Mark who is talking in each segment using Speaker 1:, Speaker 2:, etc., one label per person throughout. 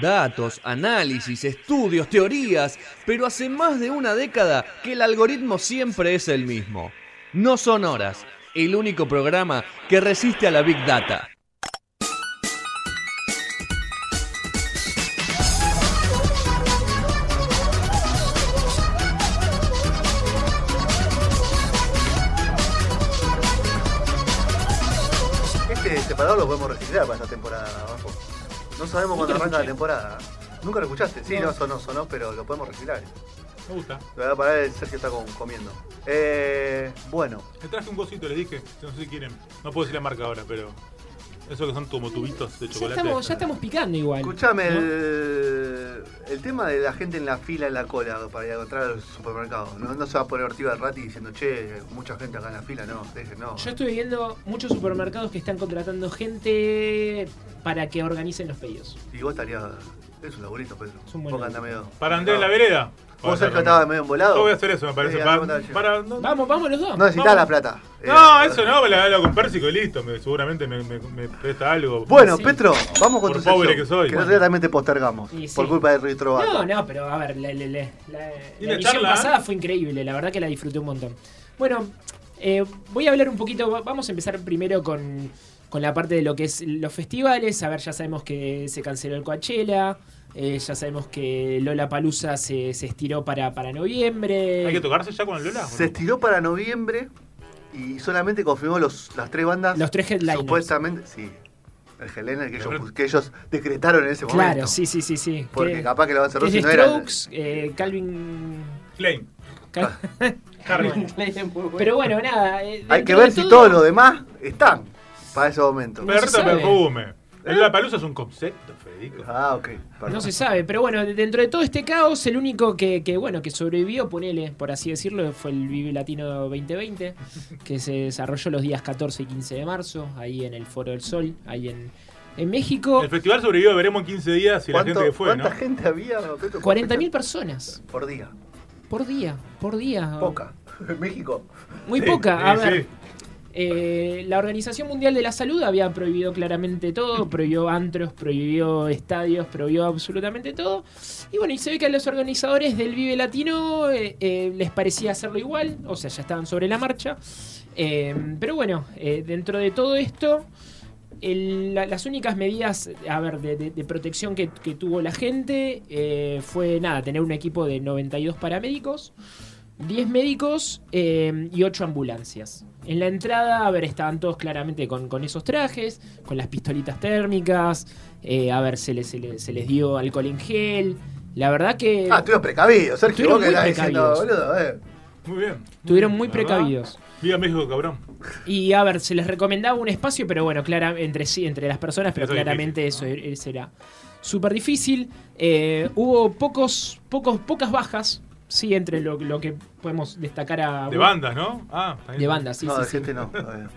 Speaker 1: Datos, análisis, estudios, teorías, pero hace más de una década que el algoritmo siempre es el mismo. No son horas, el único programa que resiste a la Big Data.
Speaker 2: Este separado lo podemos reciclar para esta temporada, Vasco. No sabemos cuándo
Speaker 3: Nunca lo
Speaker 2: arranca la
Speaker 3: escuché.
Speaker 2: temporada. Nunca lo escuchaste, sí,
Speaker 3: No.
Speaker 2: no. sonó, sonó, pero lo podemos reciclar.
Speaker 3: Me gusta.
Speaker 2: Lo voy a parar, el Sergio está com- comiendo. Eh, bueno,
Speaker 3: Le traje un cosito, le dije. No sé si quieren. No puedo decir la marca ahora, pero. Eso que son como tubitos de
Speaker 4: Ya
Speaker 3: chocolate.
Speaker 4: estamos, ya estamos picando igual.
Speaker 2: escuchame
Speaker 4: ¿no?
Speaker 2: el, el tema de la gente en la fila, en la cola, para ir a entrar al supermercado. No, no se va a poner Ortiva Rati diciendo, che, mucha gente acá en la fila, no, dejen, no.
Speaker 4: Yo estuve viendo muchos supermercados que están contratando gente para que organicen los pedidos.
Speaker 2: Y vos estarías. Es un laburito, Pedro.
Speaker 4: Es
Speaker 2: un
Speaker 4: un buen
Speaker 2: buen Vos que
Speaker 4: laburo.
Speaker 2: andás medio.
Speaker 3: Para Andrés en la vereda.
Speaker 2: Vos,
Speaker 3: Para
Speaker 2: Sergio, estabas medio
Speaker 3: Yo
Speaker 2: embolado.
Speaker 3: voy a hacer eso, me parece.
Speaker 2: Sí,
Speaker 3: para,
Speaker 2: anda, anda,
Speaker 3: para- no,
Speaker 4: Vamos, vamos los dos.
Speaker 2: No necesitas
Speaker 3: Vamos.
Speaker 2: la plata. Eh,
Speaker 3: no, eso no, me la hablo con Pérsico y listo. me- seguramente me, me- me presta algo.
Speaker 2: Bueno,
Speaker 4: Sí.
Speaker 2: Petro, vamos con
Speaker 3: Por
Speaker 2: tu
Speaker 3: pobre
Speaker 2: sección,
Speaker 3: que soy.
Speaker 2: el otro día también te postergamos.
Speaker 4: Y sí.
Speaker 2: Por culpa del retrobato.
Speaker 4: No, no, pero a ver, la, la- la- la-
Speaker 3: Y
Speaker 4: la
Speaker 3: la
Speaker 4: edición
Speaker 3: charla,
Speaker 4: pasada
Speaker 3: ¿eh?
Speaker 4: fue increíble, la verdad que la disfruté un montón. Bueno, eh, voy a hablar un poquito, va- vamos a empezar primero con, con la parte de lo que es los festivales, a ver, ya sabemos que se canceló el Coachella, eh, ya sabemos que Lola Palusa se, se estiró para, para noviembre.
Speaker 3: ¿Hay que tocarse ya con el Lola? o no?
Speaker 2: Se estiró para noviembre y solamente confirmó los, las tres bandas.
Speaker 4: Los tres headliners.
Speaker 2: Supuestamente, sí. El Helena que ellos,
Speaker 3: Pero-
Speaker 2: que ellos decretaron en ese este momento.
Speaker 4: Claro, sí, sí, sí, sí.
Speaker 2: Porque
Speaker 4: Que-
Speaker 2: capaz que la van a cerrar
Speaker 4: que
Speaker 2: si no era.
Speaker 4: Strokes, eh, Calvin...
Speaker 3: Flame.
Speaker 2: Ah.
Speaker 4: Cal-
Speaker 3: Harry.
Speaker 4: Pero bueno, nada. eh,
Speaker 2: Hay que
Speaker 4: dentro de
Speaker 2: ver si todos los demás están para ese momento.
Speaker 4: No se
Speaker 3: Berta
Speaker 4: sabe.
Speaker 3: Perfume.
Speaker 2: ¿Eh?
Speaker 3: La palusa es un concepto, Federico.
Speaker 2: Ah, ok. perdón.
Speaker 4: No se sabe, pero bueno, dentro de todo este caos, el único que, que, bueno que sobrevivió, ponele, por así decirlo, fue el Vive Latino 2020, que se desarrolló los días 14 y 15 de marzo, ahí en el Foro del Sol, ahí en, en México.
Speaker 3: El festival sobrevivió, veremos en 15 días si la
Speaker 2: ¿Cuánto-
Speaker 3: gente que fue, ¿no?
Speaker 2: ¿Cuánta gente había? Petro?
Speaker 4: 40.000 personas
Speaker 2: por día.
Speaker 4: por día, por día.
Speaker 2: Poca. En México.
Speaker 4: Muy
Speaker 3: Sí,
Speaker 4: poca. A
Speaker 3: sí,
Speaker 4: ver,
Speaker 3: sí.
Speaker 4: Eh, la Organización Mundial de la Salud había prohibido claramente todo, prohibió antros, prohibió estadios, prohibió absolutamente todo. Y bueno, y se ve que a los organizadores del Vive Latino eh, eh, les parecía hacerlo igual, o sea, ya estaban sobre la marcha. Eh, pero bueno, eh, dentro de todo esto, el- la- las únicas medidas, a ver, de, de- de protección que, que tuvo la gente eh, fue, nada, tener un equipo de 92 paramédicos, 10 médicos eh, y 8 ambulancias. En la entrada, a ver, estaban todos claramente con, con esos trajes, con las pistolitas térmicas, eh, a ver, se les, se, les, se les dio alcohol en gel. La verdad que
Speaker 2: Ah, estuvieron precavidos, Sergio. Vos
Speaker 4: Eh, Estuvieron
Speaker 2: que
Speaker 4: muy
Speaker 2: estás diciendo,
Speaker 4: precavidos.
Speaker 2: boludo, eh.
Speaker 3: Muy bien.
Speaker 4: estuvieron muy
Speaker 3: La verdad,
Speaker 4: precavidos.
Speaker 3: Viva México, cabrón.
Speaker 4: Y a ver, se les recomendaba un espacio, pero bueno, clara, entre sí, entre las personas, pero
Speaker 3: Eso es
Speaker 4: claramente eso, e- eso era súper difícil. Eh, hubo pocos, pocos, pocas bajas, sí, entre lo, lo que podemos destacar a
Speaker 3: De bandas, ¿no? Ah, ahí
Speaker 4: de
Speaker 3: está.
Speaker 4: bandas, sí,
Speaker 2: no,
Speaker 4: sí,
Speaker 2: de
Speaker 4: sí.
Speaker 2: gente no. eh.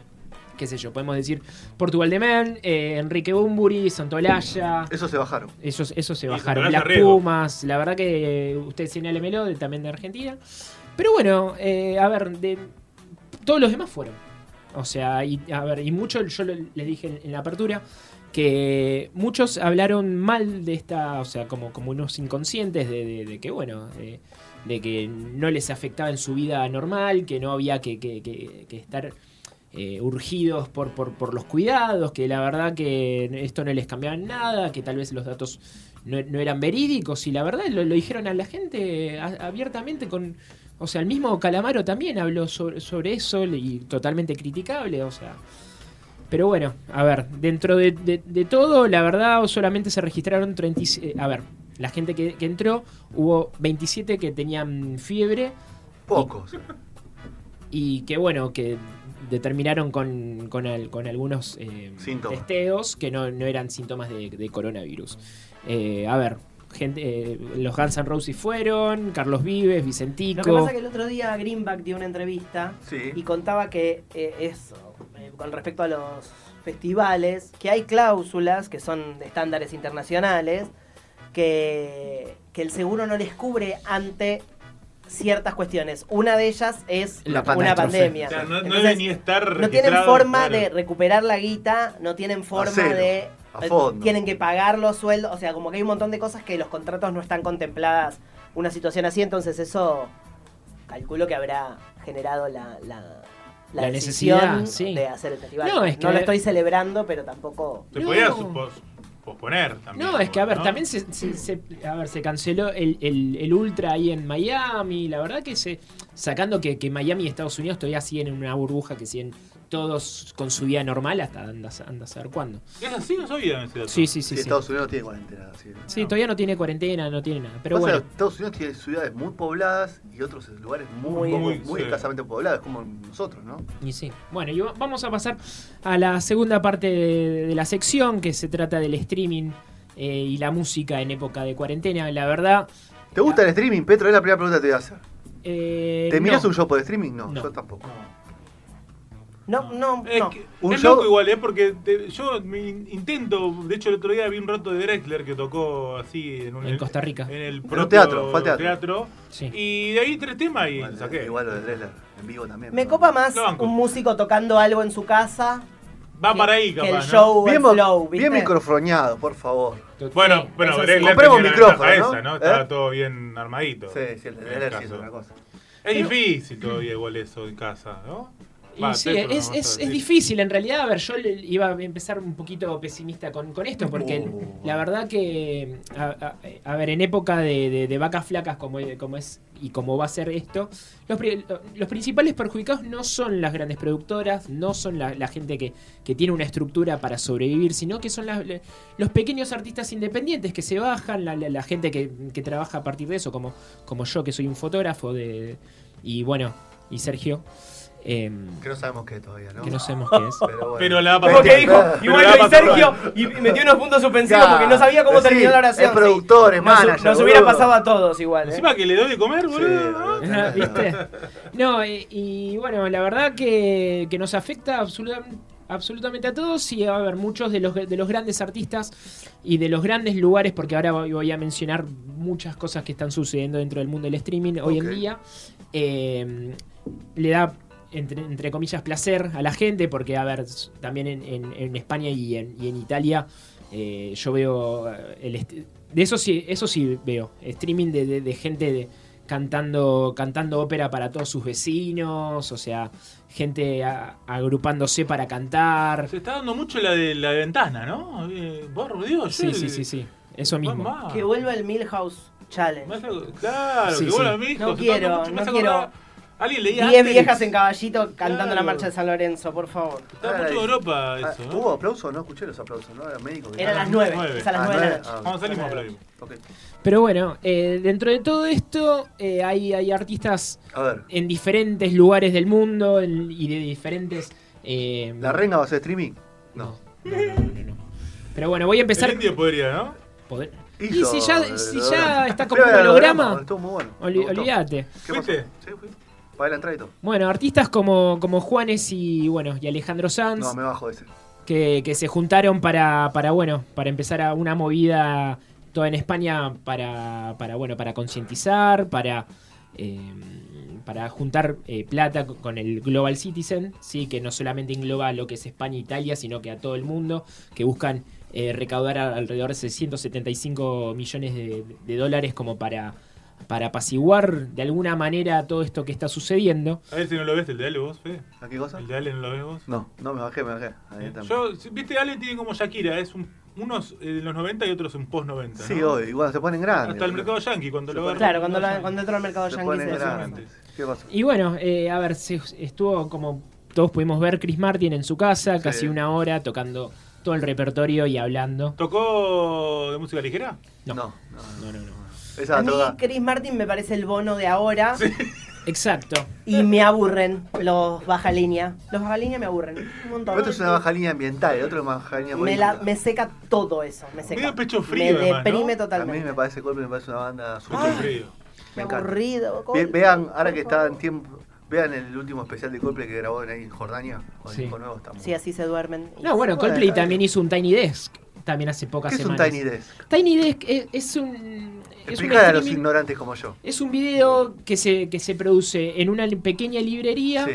Speaker 4: qué sé yo, podemos decir Portugal de Men, eh, Enrique Bumburi, Santolaya.
Speaker 2: Eso se bajaron.
Speaker 4: Esos, esos se
Speaker 3: Y
Speaker 4: bajaron.
Speaker 3: Santolaya
Speaker 4: Las
Speaker 3: Riego.
Speaker 4: Pumas, la verdad que eh, usted señale Melo, de- también de Argentina. Pero bueno, eh, a ver, de, todos los demás fueron. O sea, y, a ver, y mucho, yo lo- les dije en, en la apertura, que muchos hablaron mal de esta, o sea, como, como unos inconscientes de, de- de que, bueno, de, de que no les afectaba en su vida normal, que no había que, que- que- que estar eh, urgidos por, por, por los cuidados, que la verdad que esto no les cambiaba nada, que tal vez los datos no, no eran verídicos, y la verdad lo, lo dijeron a la gente a- abiertamente con... O sea, el mismo Calamaro también habló sobre, sobre eso y totalmente criticable, o sea... Pero bueno, a ver, dentro de, de- de todo, la verdad, solamente se registraron 37... eh, A ver, la gente que, que entró, hubo 27 que tenían fiebre,
Speaker 2: Pocos.
Speaker 4: y que bueno, que determinaron con, con, al- con algunos eh,
Speaker 2: Síntomas.
Speaker 4: testeos que no, no eran síntomas de, de coronavirus. Eh, a ver, gente, eh, los Guns N' Roses fueron, Carlos Vives, Vicentico.
Speaker 5: Lo que pasa es que el otro día Greenback dio una entrevista
Speaker 2: Sí.
Speaker 5: y contaba que eh, eso, eh, con respecto a los festivales, que hay cláusulas que son de estándares internacionales que, que el seguro no les cubre ante ciertas cuestiones. Una de ellas es
Speaker 4: La
Speaker 5: una
Speaker 4: catástrofe.
Speaker 5: pandemia.
Speaker 3: O sea, no, no
Speaker 5: Entonces,
Speaker 3: debe ni estar
Speaker 5: no tienen
Speaker 3: registrado,
Speaker 5: forma
Speaker 3: claro.
Speaker 5: de recuperar la guita, no tienen forma
Speaker 2: cero,
Speaker 5: de...
Speaker 2: a fondo.
Speaker 5: Tienen que pagar los sueldos, o sea, como que hay un montón de cosas que los contratos no están contempladas una situación así, entonces eso calculo que habrá generado la, la, la
Speaker 4: La
Speaker 5: decisión
Speaker 4: necesidad, sí.
Speaker 5: de hacer el festival.
Speaker 4: No, es que-
Speaker 5: lo estoy celebrando, pero tampoco...
Speaker 3: Se
Speaker 4: No.
Speaker 3: podía supos- posponer también.
Speaker 4: No, es que a ver,
Speaker 3: ¿no?
Speaker 4: también se, se- se- a ver, se canceló el, el- el Ultra ahí en Miami. La verdad que se. Sacando que, que Miami y Estados Unidos todavía siguen en una burbuja que siguen todos con su vida normal hasta andas, a saber cuándo.
Speaker 3: Es así, no sabía ese dato.
Speaker 4: Sí, sí,
Speaker 2: Sí,
Speaker 4: sí. Sí,
Speaker 2: Estados Unidos no tiene cuarentena. Así.
Speaker 4: Sí,
Speaker 3: no.
Speaker 4: todavía no tiene cuarentena, no tiene nada. Pero
Speaker 2: Pasa que
Speaker 4: bueno.
Speaker 2: Estados Unidos tiene ciudades muy pobladas y otros lugares muy,
Speaker 5: Muy-
Speaker 2: muy,
Speaker 3: Muy,
Speaker 2: muy
Speaker 3: sí.
Speaker 2: escasamente poblados, como nosotros, ¿no?
Speaker 4: Y sí. Bueno, y va- vamos a pasar a la segunda parte de, de la sección que se trata del streaming eh, y la música en época de cuarentena. La verdad.
Speaker 2: ¿Te gusta el streaming, Petro? Es la primera pregunta que te voy a hacer.
Speaker 4: eh,
Speaker 2: ¿Te miras
Speaker 4: no.
Speaker 2: un show por streaming? No,
Speaker 4: No.
Speaker 2: yo tampoco.
Speaker 5: No, no, no.
Speaker 3: Es, que-
Speaker 2: Un
Speaker 3: es
Speaker 2: show-
Speaker 3: loco igual, ¿eh? Porque te- yo me in- intento. De hecho, el otro día vi un rato de Drexler que tocó así en, un,
Speaker 4: En Costa Rica.
Speaker 3: En el propio
Speaker 2: teatro, fue al teatro.
Speaker 4: Sí.
Speaker 3: Y de ahí tres temas y
Speaker 2: Igual,
Speaker 3: saqué.
Speaker 2: igual lo de Dresler, en vivo también.
Speaker 5: Me
Speaker 2: ¿no?
Speaker 5: copa más
Speaker 3: Lo banco.
Speaker 5: un músico tocando algo en su casa
Speaker 3: Va
Speaker 5: que,
Speaker 3: para ahí,
Speaker 5: que
Speaker 3: capaz.
Speaker 5: el
Speaker 3: ¿no?
Speaker 5: show
Speaker 2: Bien,
Speaker 5: en flow, ¿viste?
Speaker 2: bien microfroñado, por favor.
Speaker 3: Bueno, bueno,
Speaker 4: Eso sí.
Speaker 3: Drexler
Speaker 2: Compremos
Speaker 3: tenía la
Speaker 2: micrófono,
Speaker 3: ventaja
Speaker 2: ¿no?
Speaker 3: Esa, ¿no?
Speaker 2: ¿Eh?
Speaker 3: Estaba todo bien armadito.
Speaker 2: Sí, sí, el de
Speaker 3: en
Speaker 2: Dresler sí es
Speaker 3: caso.
Speaker 2: otra cosa.
Speaker 3: Es difícil todavía igual eso en casa, ¿no?
Speaker 4: Y
Speaker 3: Va,
Speaker 4: sí,
Speaker 3: Petro,
Speaker 4: es,
Speaker 3: vamos a
Speaker 4: es, es
Speaker 3: decir.
Speaker 4: difícil en realidad. A ver, yo le- iba a empezar un poquito pesimista con, con esto, porque
Speaker 2: Oh.
Speaker 4: la verdad que, a, a- a ver, en época de, de- de vacas flacas como, como es y como va a ser esto, los, pri- los principales perjudicados no son las grandes productoras, no son la, la gente que, que tiene una estructura para sobrevivir, sino que son las- los pequeños artistas independientes que se bajan, la, la- la gente que, que trabaja a partir de eso, como, como yo que soy un fotógrafo de, y bueno, y Sergio. em,
Speaker 2: Que no sabemos qué todavía, ¿no?
Speaker 4: que no sabemos qué es.
Speaker 2: Pero, bueno.
Speaker 3: Pero la
Speaker 5: Porque
Speaker 2: Viste,
Speaker 5: dijo,
Speaker 2: pero-
Speaker 5: igual
Speaker 3: la
Speaker 5: lo
Speaker 3: va
Speaker 5: y Sergio y metió unos puntos suspensivos
Speaker 2: Claro, eh,
Speaker 5: porque no sabía cómo
Speaker 2: sí,
Speaker 5: terminó la oración.
Speaker 2: Es productor, es
Speaker 5: sí. Nos,
Speaker 2: manager.
Speaker 5: nos hubiera
Speaker 2: boludo.
Speaker 5: pasado
Speaker 3: Ah,
Speaker 5: a todos igual. ¿eh?
Speaker 3: Encima que le doy de comer,
Speaker 2: Sí,
Speaker 3: boludo. Ah, ¿no?
Speaker 2: boludo,
Speaker 4: Ajá,
Speaker 2: tremendo.
Speaker 4: ¿Viste? No, eh, y bueno, la verdad que, que nos afecta absoluta- absolutamente a todos y a ver, muchos de los, de los grandes artistas y de los grandes lugares, porque ahora voy voy a mencionar muchas cosas que están sucediendo dentro del mundo del streaming hoy en
Speaker 2: Ok.
Speaker 4: día, eh, le da... Entre, entre comillas, placer a la gente, porque, a ver, s- también en, en- en España y en, y en Italia, eh, yo veo. eh, El est- de eso sí, eso sí veo. Streaming de, de- de gente de, cantando, cantando ópera para todos sus vecinos, o sea, gente a- agrupándose para cantar.
Speaker 3: Se está dando mucho la de la ventana, ¿no? Eh, vos, Dios,
Speaker 4: Sí, sí, sí, sí, eso mismo.
Speaker 3: Ah.
Speaker 5: Que vuelva el Milhouse Challenge.
Speaker 3: Claro,
Speaker 4: Sí,
Speaker 3: que vuelva
Speaker 4: sí.
Speaker 3: a mi hijo.
Speaker 5: No
Speaker 3: se
Speaker 5: quiero,
Speaker 3: está mucho- me
Speaker 5: no
Speaker 3: hace
Speaker 5: quiero.
Speaker 3: acordar- Alguien leía.
Speaker 5: Diez
Speaker 3: Asterix.
Speaker 5: viejas en caballito cantando
Speaker 3: Claro.
Speaker 5: la marcha de San Lorenzo, por favor.
Speaker 3: Está mucho en
Speaker 2: Ay.
Speaker 3: Europa
Speaker 2: Ah,
Speaker 3: eso. ¿eh? ¿no?
Speaker 5: Uh,
Speaker 2: ¿Hubo aplausos? No escuché los aplausos, ¿no? Era médico. que-
Speaker 5: Eran
Speaker 3: Ah,
Speaker 5: las nueve.
Speaker 3: nueve.
Speaker 5: Es a las
Speaker 2: Ah,
Speaker 5: nueve de la
Speaker 2: nueve,
Speaker 5: noche.
Speaker 2: ah,
Speaker 3: Vamos, salimos, aplaudimos.
Speaker 2: ok.
Speaker 4: Pero bueno, eh, dentro de todo esto eh, hay, hay artistas
Speaker 2: A ver,
Speaker 4: en diferentes lugares del mundo en- y de diferentes... eh,
Speaker 2: ¿la renga va a ser streaming?
Speaker 4: No. no, no, no, no, no. Pero bueno, voy a
Speaker 3: El
Speaker 4: empezar...
Speaker 3: indio podría, ¿no?
Speaker 4: Poder- Y
Speaker 2: Hizo
Speaker 4: si ya,
Speaker 2: el
Speaker 4: si
Speaker 2: holograma.
Speaker 4: ya está como un
Speaker 2: Fui a ver el
Speaker 4: holograma,
Speaker 2: Estuvo muy bueno. me
Speaker 4: oli-
Speaker 2: gustó.
Speaker 4: olvídate.
Speaker 2: ¿Qué
Speaker 3: ¿Fuiste?
Speaker 2: pasó? Sí, fui. Para la entrada y todo.
Speaker 4: Bueno, artistas como, como Juanes y bueno, y Alejandro Sanz.
Speaker 2: No, me bajo ese.
Speaker 4: que, que se juntaron para, para bueno para empezar a una movida toda en España para, para bueno para concientizar para eh, para juntar eh, plata co- con el Global Citizen sí que no solamente engloba lo que es España e Italia sino que a todo el mundo que buscan eh, recaudar a- alrededor de 675 millones de, de dólares como para para apaciguar de alguna manera todo esto que está sucediendo
Speaker 3: A ver si no lo ves, el de Ale vos, Fede.
Speaker 2: ¿A qué cosa?
Speaker 3: El de Ale no lo ves vos.
Speaker 2: No, no, me bajé, me bajé. Ahí está.
Speaker 3: Yo, si- viste, Ale tiene como Shakira, es un, unos eh, en los 90 y otros en post 90.
Speaker 2: Sí, hoy, igual se ponen grandes.
Speaker 3: Hasta el
Speaker 2: boludo.
Speaker 3: mercado yankee, cuando
Speaker 2: Se
Speaker 3: lo
Speaker 2: pone-
Speaker 3: agarra.
Speaker 5: Claro, cuando, la, cuando entró al mercado
Speaker 2: Se
Speaker 5: yankee
Speaker 2: ponen
Speaker 5: se
Speaker 2: grandes. ¿Qué pasó?
Speaker 4: Y bueno, eh, a ver, se- estuvo como todos pudimos ver Chris Martin en su casa,
Speaker 2: Sí.
Speaker 4: casi una hora tocando todo el repertorio y hablando.
Speaker 3: ¿Tocó de música ligera?
Speaker 4: No.
Speaker 2: No, no.
Speaker 4: No, no, no.
Speaker 2: Esa
Speaker 5: A mí
Speaker 2: droga.
Speaker 5: Chris Martin me parece el bono de ahora
Speaker 4: Exacto.
Speaker 5: y me aburren los baja línea. Los baja línea me aburren un montón.
Speaker 2: Otro es una baja línea ambiental, el otro es una baja línea
Speaker 5: me,
Speaker 2: política.
Speaker 5: la- me seca todo eso, me seca.
Speaker 3: Medio pecho
Speaker 5: me
Speaker 3: frío, además, ¿no?
Speaker 5: deprime
Speaker 2: A
Speaker 5: totalmente.
Speaker 2: mí me parece Coldplay, me parece una banda super.
Speaker 5: Ah.
Speaker 3: Mucho frío.
Speaker 2: me encanta.
Speaker 5: aburrido.
Speaker 2: Ve-
Speaker 5: Coldplay,
Speaker 2: vean, ahora
Speaker 5: por
Speaker 2: que está
Speaker 5: favor.
Speaker 2: en tiempo, vean el último especial de Coldplay que grabó en ahí en Jordania. Con
Speaker 4: Sí.
Speaker 2: el disco nuevo está muy
Speaker 5: Sí, así se duermen.
Speaker 4: No, bueno,
Speaker 2: Bueno,
Speaker 4: Coldplay
Speaker 2: está
Speaker 4: también hizo un Tiny Desk, también hace pocas
Speaker 2: ¿Qué es un
Speaker 4: semanas.
Speaker 2: Tiny Desk?
Speaker 4: Tiny Desk es, es un. Es un,
Speaker 2: Explicar a los
Speaker 4: streaming-
Speaker 2: ignorantes como yo.
Speaker 4: es un video que se, que se produce en una li- pequeña librería.
Speaker 2: Sí.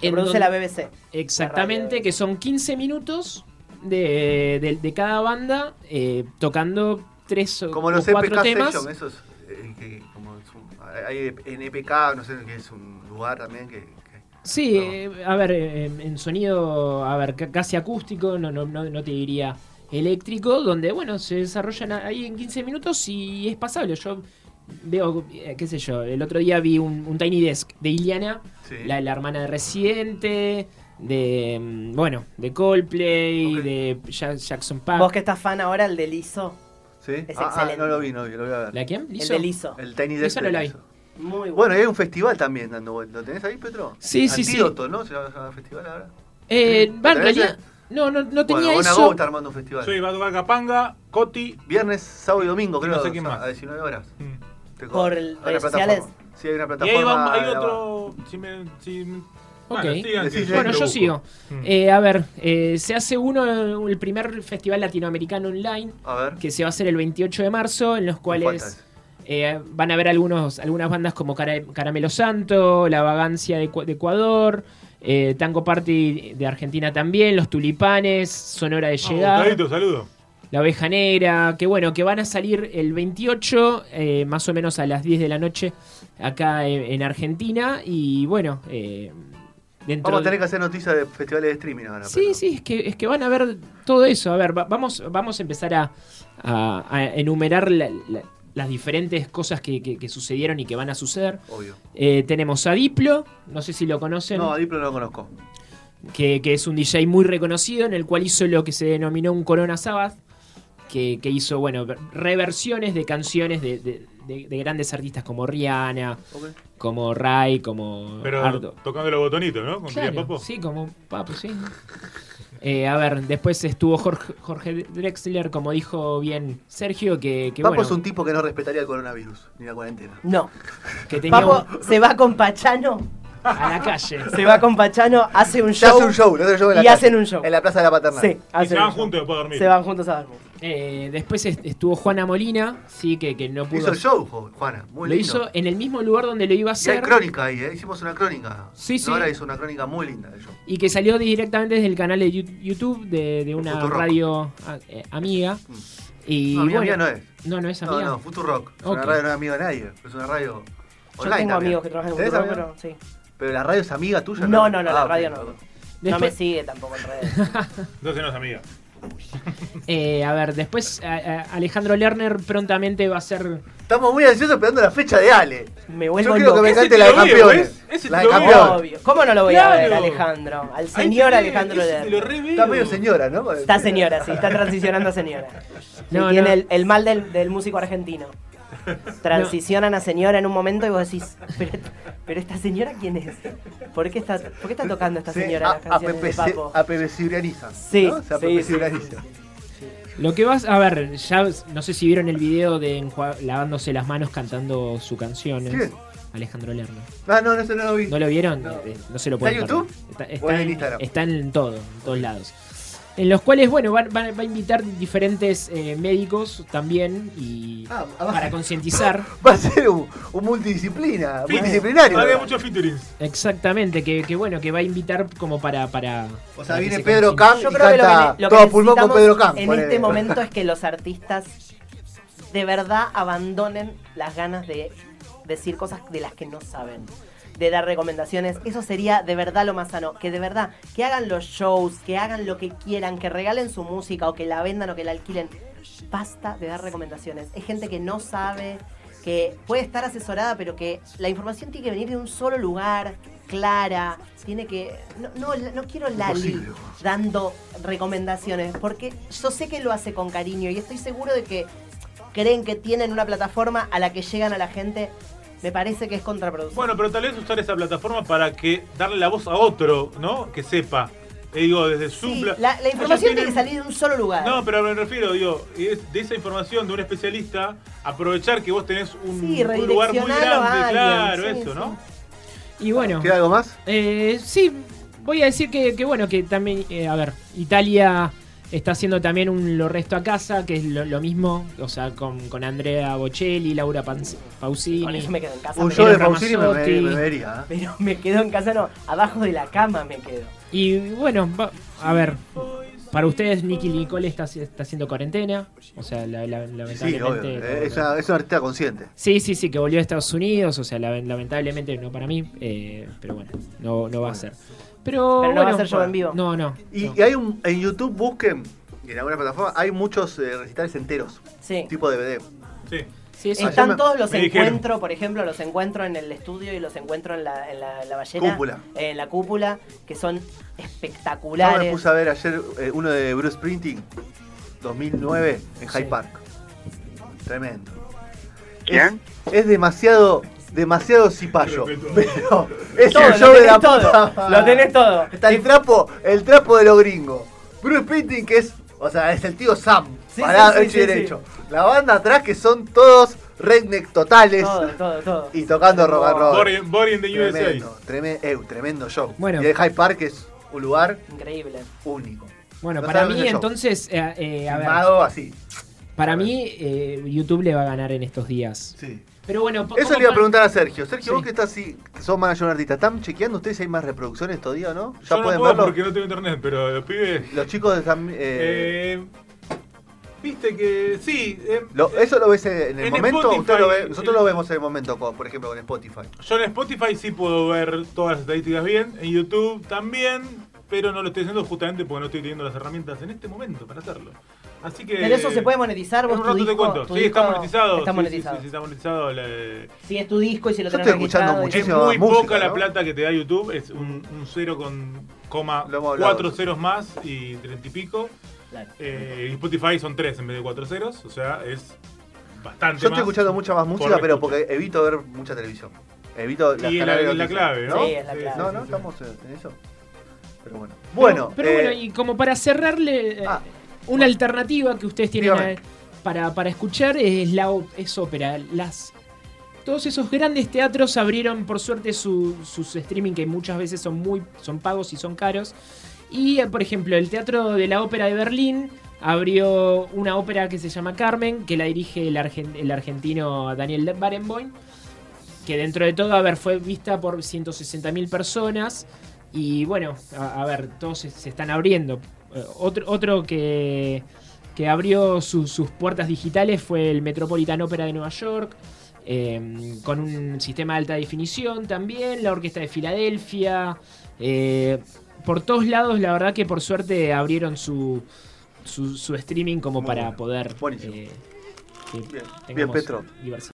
Speaker 5: Que
Speaker 4: en donde-
Speaker 5: produce la BBC. la
Speaker 4: Exactamente,
Speaker 5: radio.
Speaker 4: que son 15 minutos de, de- de cada banda eh, tocando tres o,
Speaker 2: Como
Speaker 4: o
Speaker 2: los
Speaker 4: cuatro
Speaker 2: EPK
Speaker 4: temas.
Speaker 2: Session, esos. eh, que como es un- hay NPK, no sé, que es un lugar también que. que-
Speaker 4: Sí,
Speaker 2: No.
Speaker 4: eh, a ver, eh, en sonido, a ver, ca- casi acústico, no, no, no, no te diría eléctrico, donde, bueno, se desarrollan a- ahí en 15 minutos y es pasable. Yo veo, eh, qué sé yo, el otro día vi un, un Tiny Desk de Iliana,
Speaker 2: sí.
Speaker 4: la, la hermana de Residente, de, mm, bueno, de Coldplay,
Speaker 2: Ok.
Speaker 4: de Ja- Jackson Park.
Speaker 5: Vos que estás fan ahora, el de Lizo.
Speaker 2: ¿Sí?
Speaker 5: Es
Speaker 2: Ah, ah,
Speaker 5: excelente.
Speaker 2: no lo vi, no lo vi, lo voy a ver.
Speaker 4: ¿La quién?
Speaker 5: El
Speaker 4: ¿Lizo?
Speaker 5: de Lizo.
Speaker 2: El Tiny
Speaker 4: Eso
Speaker 2: Desk.
Speaker 4: no
Speaker 2: de
Speaker 4: lo vi.
Speaker 2: eso.
Speaker 5: Muy
Speaker 2: Bueno,
Speaker 5: bueno.
Speaker 2: y hay un festival también dando vuelta. ¿Lo tenés ahí, Petro?
Speaker 4: Sí, sí, sí.
Speaker 2: Antídoto, ¿no? ¿Se llama- se llama festival ahora?
Speaker 4: Eh,
Speaker 2: ¿Lo
Speaker 4: va, en
Speaker 2: tenés
Speaker 4: realidad,
Speaker 2: ahí?
Speaker 4: no, no, no tenía
Speaker 2: bueno,
Speaker 4: eso.
Speaker 2: Bonagó está armando un festival.
Speaker 3: Soy Eduardo Capanga, Coti.
Speaker 2: Viernes, sábado y domingo,
Speaker 3: Y
Speaker 2: creo.
Speaker 3: no sé quién
Speaker 2: o sea,
Speaker 3: más.
Speaker 2: A 19 horas.
Speaker 3: Mm.
Speaker 2: Te
Speaker 5: ¿Por
Speaker 2: co-
Speaker 5: el-
Speaker 2: hay
Speaker 5: redes
Speaker 2: una
Speaker 5: sociales?
Speaker 2: plataforma. Sí, hay una
Speaker 3: Y
Speaker 2: plataforma.
Speaker 3: ahí va, hay
Speaker 2: la-
Speaker 3: otro. Si me, si,
Speaker 4: Ok.
Speaker 3: bueno, sigan, que
Speaker 2: Decís-
Speaker 4: Bueno,
Speaker 3: lo
Speaker 4: yo
Speaker 3: busco.
Speaker 4: sigo.
Speaker 3: Mm.
Speaker 4: Eh, a ver, eh, se hace uno, el primer festival latinoamericano online,
Speaker 2: A ver.
Speaker 4: que se va a hacer el 28 de marzo, en los cuales
Speaker 2: falta
Speaker 4: eh, van a ver algunos, algunas bandas como Cara- Caramelo Santo, La Vagancia de, Ecua- de Ecuador, eh, Tango Party de Argentina también, Los Tulipanes, Sonora de
Speaker 3: Ah,
Speaker 4: Llegar.
Speaker 3: Gustavito, saludo.
Speaker 4: La Oveja Negra, que bueno, que van a salir el 28, eh, más o menos a las 10 de la noche, acá en, en Argentina. Y bueno, eh, dentro
Speaker 2: Vamos a
Speaker 4: de-
Speaker 2: tener que hacer noticias de festivales de streaming ahora.
Speaker 4: Sí,
Speaker 2: Petro.
Speaker 4: sí, es que, es que van a ver todo eso. A ver, va- vamos, vamos a empezar a, a- a enumerar la- la- las diferentes cosas que, que- que sucedieron y que van a suceder.
Speaker 2: Obvio.
Speaker 4: Eh, tenemos a Diplo, no sé si lo conocen,
Speaker 2: No, a Diplo no lo conozco.
Speaker 4: que, que es un DJ muy reconocido, en el cual hizo lo que se denominó un Corona Sabbath, que, que hizo, bueno, ver- reversiones de canciones de, de- de- de grandes artistas como Rihanna,
Speaker 2: Ok.
Speaker 4: como Ray, como
Speaker 3: Pero
Speaker 4: Ardo.
Speaker 3: tocando los botonitos, ¿no? Con
Speaker 4: Claro,
Speaker 3: Tía Papo.
Speaker 4: Sí, como papo, sí. Eh, a ver, después estuvo Jorge, Jorge Drexler, como dijo bien Sergio, que, que,
Speaker 2: Papo
Speaker 4: bueno,
Speaker 2: es un tipo que no respetaría el coronavirus ni la cuarentena.
Speaker 5: No.
Speaker 4: que tenía un-
Speaker 5: Papo se va con Pachano.
Speaker 4: a la calle.
Speaker 5: Se va con Pachano, hace un
Speaker 2: Ya
Speaker 5: show.
Speaker 2: hace un show, le hace un show en la
Speaker 5: Y
Speaker 2: calle,
Speaker 5: hacen un show.
Speaker 2: En la plaza de la paternal.
Speaker 5: Sí,
Speaker 3: Y
Speaker 5: hacen
Speaker 3: se
Speaker 5: un
Speaker 3: van
Speaker 5: show.
Speaker 3: juntos después de dormir.
Speaker 5: Se van juntos a dormir.
Speaker 4: Eh, después est- estuvo Juana Molina, sí, que, que no pudo.
Speaker 2: Hizo el show, jo- Juana. Muy
Speaker 4: lo
Speaker 2: lindo.
Speaker 4: hizo en el mismo lugar donde lo iba
Speaker 2: Y
Speaker 4: a
Speaker 2: hay
Speaker 4: hacer
Speaker 2: crónica ahí, ¿eh? hicimos una crónica.
Speaker 4: Sí, sí.
Speaker 2: Ahora hizo una crónica muy linda de show.
Speaker 4: y que salió directamente desde el canal de Yu- YouTube de, de una
Speaker 2: Futurock.
Speaker 4: radio a- eh, amiga.
Speaker 2: Mm.
Speaker 4: Y
Speaker 2: No, amiga
Speaker 4: bueno,
Speaker 2: mía no es.
Speaker 4: no, no es
Speaker 2: No,
Speaker 4: amiga.
Speaker 2: no, Futurock. Es una
Speaker 4: Ok.
Speaker 2: radio no es amiga de nadie. Es una radio
Speaker 5: Yo
Speaker 2: online
Speaker 5: tengo
Speaker 2: también.
Speaker 5: amigos que trabajan en
Speaker 2: ¿Tenés
Speaker 5: Futuro,
Speaker 2: amigos?
Speaker 5: pero sí.
Speaker 2: Pero la radio es amiga tuya,
Speaker 5: No, no, no,
Speaker 2: Ah,
Speaker 5: la
Speaker 2: ok,
Speaker 5: radio no.
Speaker 2: ok.
Speaker 5: No me
Speaker 4: Después-
Speaker 5: sigue tampoco en redes.
Speaker 3: Entonces no es amiga.
Speaker 4: Eh, a ver, después a- a- Alejandro Lerner prontamente va a ser.
Speaker 2: Estamos muy ansiosos esperando la fecha de Ale.
Speaker 5: Me
Speaker 2: Yo
Speaker 5: vuelvo
Speaker 2: quiero que me
Speaker 5: loco.
Speaker 3: Ese
Speaker 2: cante
Speaker 3: te
Speaker 2: la de
Speaker 3: lo veo,
Speaker 2: campeones.
Speaker 3: ¿ves? Ese
Speaker 2: La
Speaker 3: te
Speaker 2: de
Speaker 3: lo veo.
Speaker 2: campeones.
Speaker 5: Obvio. ¿Cómo no lo voy a ver,
Speaker 3: Claro.
Speaker 5: Alejandro? Al señor Alejandro
Speaker 3: Ese
Speaker 5: Lerner.
Speaker 3: te lo re
Speaker 2: Está
Speaker 3: veo.
Speaker 2: medio señora, ¿no?
Speaker 5: Está señora, sí, está transicionando a señora. Y
Speaker 4: No,
Speaker 5: tiene
Speaker 4: no.
Speaker 5: El, el mal del, del músico argentino. Transicionan a señora en un momento y vos decís, pero, pero esta señora quién es? ¿Por qué está, por qué está tocando esta
Speaker 2: Sí,
Speaker 5: señora
Speaker 2: a-
Speaker 5: las canciones de
Speaker 2: APPC
Speaker 5: Papo?
Speaker 2: APPCibraniza,
Speaker 5: Sí,
Speaker 2: ¿no? Se
Speaker 5: sí,
Speaker 2: APPCibraniza.
Speaker 4: Lo que vas. A ver, ya no sé si vieron el video de enjua- lavándose las manos cantando su canción. ¿eh?
Speaker 2: ¿Quién?
Speaker 4: Alejandro Lerner.
Speaker 2: Ah, no, no, eso no lo vi.
Speaker 4: ¿No lo vieron?
Speaker 2: No.
Speaker 4: Eh, eh, No, se lo
Speaker 2: ¿Está
Speaker 4: pueden
Speaker 2: en
Speaker 4: perder.
Speaker 2: YouTube? ¿O
Speaker 4: Está,
Speaker 2: en
Speaker 4: está
Speaker 2: el
Speaker 4: en,
Speaker 2: Instagram?
Speaker 4: está en todo, en todos lados. En los cuales, bueno, van- van- va, a invitar diferentes eh, médicos también y
Speaker 2: Ah, ah, va,
Speaker 4: para concientizar.
Speaker 2: va a ser un, un multidisciplina,
Speaker 3: Fit.
Speaker 2: multidisciplinario.
Speaker 3: Había
Speaker 2: ¿verdad?
Speaker 3: muchos featurings.
Speaker 4: Exactamente, que, que bueno, que va a invitar como para... para
Speaker 2: O sea,
Speaker 4: para que
Speaker 2: viene
Speaker 4: se
Speaker 2: Pedro
Speaker 4: concientice.
Speaker 2: Camp y
Speaker 5: Ah, Yo creo que lo
Speaker 2: canta
Speaker 5: que, lo que
Speaker 2: todo a pulmón con
Speaker 5: necesitamos
Speaker 2: Pedro Camp.
Speaker 5: en
Speaker 2: ponele.
Speaker 5: este momento es que los artistas de verdad abandonen las ganas de decir cosas de las que no saben, de dar recomendaciones. Eso sería de verdad lo más sano. Que de verdad, que hagan los shows, que hagan lo que quieran, que regalen su música o que la vendan o que la alquilen. Basta de dar recomendaciones. Es gente que no sabe, que puede estar asesorada, pero que la información tiene que venir de un solo lugar, clara. Tiene que. No, no, no quiero Lali
Speaker 2: Imposible.
Speaker 5: dando recomendaciones, porque yo sé que lo hace con cariño y estoy seguro de que creen que tienen una plataforma a la que llegan a la gente. Me parece que es contraproducente.
Speaker 3: Bueno, pero tal vez usar esa plataforma para que darle la voz a otro, ¿no? Que sepa. Eh, digo, desde su...
Speaker 5: Sí,
Speaker 3: pla-
Speaker 5: la, la
Speaker 3: Ellos
Speaker 5: información tiene
Speaker 3: tienen-
Speaker 5: que salir de un solo lugar.
Speaker 3: No, pero me refiero, digo, es de esa información de un especialista, aprovechar que vos tenés un,
Speaker 5: Sí,
Speaker 3: un lugar muy grande,
Speaker 5: redireccionarlo a
Speaker 3: claro,
Speaker 5: alguien, sí,
Speaker 3: eso,
Speaker 5: sí.
Speaker 3: ¿no?
Speaker 4: Y bueno...
Speaker 2: ¿Queda algo más?
Speaker 4: Eh, sí, voy a decir que, que bueno, que también, eh, a ver, Italia Está haciendo también un Lo Resto a Casa, que es lo, lo mismo, o sea, con, con Andrea Bocelli, Laura Panz-
Speaker 5: Con
Speaker 4: Pausini.
Speaker 5: eso me quedo en casa.
Speaker 2: Un
Speaker 5: me
Speaker 2: show
Speaker 5: quedo-
Speaker 2: de Pausini me, me,
Speaker 4: Ramazzotti.
Speaker 2: me vería. ¿eh?
Speaker 5: Pero me quedo en casa, no. Abajo de la cama me quedo.
Speaker 4: Y bueno, va- a ver, para ustedes Nicky Nicole está, está haciendo cuarentena, o sea, la, la-
Speaker 2: Sí, obvio.
Speaker 4: lamentablemente...
Speaker 2: eh, Es una, es una artista consciente.
Speaker 4: Sí, sí, sí, que volvió a Estados Unidos, o sea, la- lamentablemente no para mí, eh, pero bueno, no, no va a ser. Pero,
Speaker 5: Pero no va a
Speaker 4: bueno,
Speaker 5: ser show en vivo.
Speaker 4: No, no.
Speaker 2: Y,
Speaker 4: no.
Speaker 2: y hay un, en YouTube busquen, y en alguna plataforma, hay muchos eh, recitales enteros,
Speaker 5: Sí.
Speaker 2: tipo DVD.
Speaker 3: Sí.
Speaker 4: Sí, sí.
Speaker 2: Ayer
Speaker 5: Están
Speaker 2: me-
Speaker 5: todos los
Speaker 3: me dijeron.
Speaker 5: encuentros, por ejemplo, los encuentros en el estudio y los encuentros en la, en la, en la ballena. eh,
Speaker 2: Cúpula.
Speaker 5: En la cúpula, que son
Speaker 2: Yo me
Speaker 5: espectaculares.
Speaker 2: puse a ver ayer eh, uno de Bruce Printing, 2009, en Hyde
Speaker 4: Sí.
Speaker 2: Park. Tremendo.
Speaker 6: ¿Quién?
Speaker 2: Es, es demasiado, demasiado cipayo.
Speaker 3: Respetuoso.
Speaker 2: Pero es
Speaker 5: Todo,
Speaker 2: el
Speaker 5: lo
Speaker 2: show de
Speaker 5: tenés
Speaker 2: la
Speaker 5: todo,
Speaker 2: puta madre.
Speaker 5: Lo tenés todo.
Speaker 2: Está el trapo, el trapo de los gringos. Bruce Printing que es, o sea, es el tío Sam,
Speaker 5: Sí,
Speaker 2: parado,
Speaker 5: sí, sí,
Speaker 2: hecho
Speaker 5: sí,
Speaker 2: y derecho. La banda atrás que son todos redneck totales
Speaker 5: Todo, todo, todo.
Speaker 2: y tocando rock and roll.
Speaker 3: Body, Body in the USA.
Speaker 2: Tremendo, tremendo, tremendo show.
Speaker 4: Bueno.
Speaker 2: Y el Hyde Park es un lugar
Speaker 5: Increíble.
Speaker 2: único.
Speaker 4: Bueno,
Speaker 2: no
Speaker 4: para
Speaker 2: saben
Speaker 4: mí
Speaker 2: ese show.
Speaker 4: entonces, eh, eh, a ver,
Speaker 2: Filmado así.
Speaker 4: para
Speaker 2: a ver.
Speaker 4: mí eh, YouTube le va a ganar en estos días.
Speaker 2: Sí.
Speaker 4: Pero bueno, po-
Speaker 2: Eso
Speaker 4: como
Speaker 2: le iba a
Speaker 4: pa-
Speaker 2: preguntar a Sergio. Sergio,
Speaker 4: Sí.
Speaker 2: vos que estás así, que sos manager de un artista, ¿están chequeando ustedes si hay más reproducciones todavía o no? ¿Ya
Speaker 3: Yo no
Speaker 2: pueden
Speaker 3: puedo
Speaker 2: verlo?
Speaker 3: porque no tengo internet, pero los pibes...
Speaker 2: Los chicos de Sam- eh,
Speaker 3: Eh, Viste que... Sí, eh,
Speaker 2: lo- ¿Eso lo ves en el
Speaker 3: en
Speaker 2: momento?
Speaker 3: Spotify,
Speaker 2: Usted lo ve- nosotros
Speaker 3: en-
Speaker 2: lo vemos en el momento, con- por ejemplo, con Spotify.
Speaker 3: Yo en Spotify sí puedo ver todas las estadísticas bien, en YouTube también, pero no lo estoy haciendo justamente porque no estoy teniendo las herramientas en este momento para hacerlo. Así que.
Speaker 5: Pero eso se puede monetizar,
Speaker 3: En
Speaker 5: vos
Speaker 3: un
Speaker 5: tu
Speaker 3: rato te
Speaker 5: disco-
Speaker 3: cuento.
Speaker 5: tu
Speaker 3: Sí, está
Speaker 5: disco
Speaker 3: monetizado.
Speaker 5: Está
Speaker 3: sí,
Speaker 5: monetizado.
Speaker 3: Sí, sí, está monetizado. la-
Speaker 5: Si es tu disco y si lo
Speaker 2: Yo
Speaker 5: tenés
Speaker 2: estoy escuchando
Speaker 5: registrado y-
Speaker 3: Es
Speaker 2: muchísimo.
Speaker 3: muy
Speaker 2: música,
Speaker 3: poca la
Speaker 2: ¿no?
Speaker 3: plata que te da YouTube, es un, un cero con coma
Speaker 2: Lo hemos hablado.
Speaker 3: cuatro ceros más y treinta y pico.
Speaker 5: Claro.
Speaker 3: Eh, y Spotify son tres en vez de cuatro ceros, o sea, es bastante.
Speaker 2: Yo estoy
Speaker 3: más
Speaker 2: escuchando mucha más
Speaker 3: por
Speaker 2: música, pero
Speaker 3: escucha.
Speaker 2: porque evito ver mucha televisión. Evito las
Speaker 3: Y es la,
Speaker 2: canales de
Speaker 3: es la
Speaker 2: noticias.
Speaker 3: clave, ¿no?
Speaker 5: Sí, es la clave.
Speaker 2: No, no,
Speaker 3: sí, sí.
Speaker 2: estamos eh, en eso. Pero bueno.
Speaker 4: pero-
Speaker 2: Bueno,
Speaker 4: pero
Speaker 2: eh,
Speaker 4: bueno, y como para cerrarle, eh,
Speaker 2: ah,
Speaker 4: una alternativa que ustedes tienen
Speaker 2: Dígame.
Speaker 4: a- para, para escuchar es la o- es ópera. Las, todos esos grandes teatros abrieron, por suerte, su- sus streaming, que muchas veces son, muy, son pagos y son caros. Y, eh, por ejemplo, el Teatro de la Ópera de Berlín abrió una ópera que se llama Carmen, que la dirige el, argen- el argentino Daniel Barenboim, que dentro de todo, a ver, fue vista por 160.000 personas. Y bueno, a, a ver, todos se, se están abriendo. Eh, Otro, otro que, que abrió su- sus puertas digitales fue el Metropolitan Opera de Nueva York, eh, con un sistema de alta definición también, la Orquesta de Filadelfia. eh, por todos lados, la verdad que por suerte abrieron su, su, su streaming como
Speaker 2: Muy
Speaker 4: para
Speaker 2: bueno.
Speaker 4: poder...
Speaker 2: Buenísimo.
Speaker 4: eh, que
Speaker 2: Bien, bien,
Speaker 4: tengamos
Speaker 2: Petro.
Speaker 4: diversidad.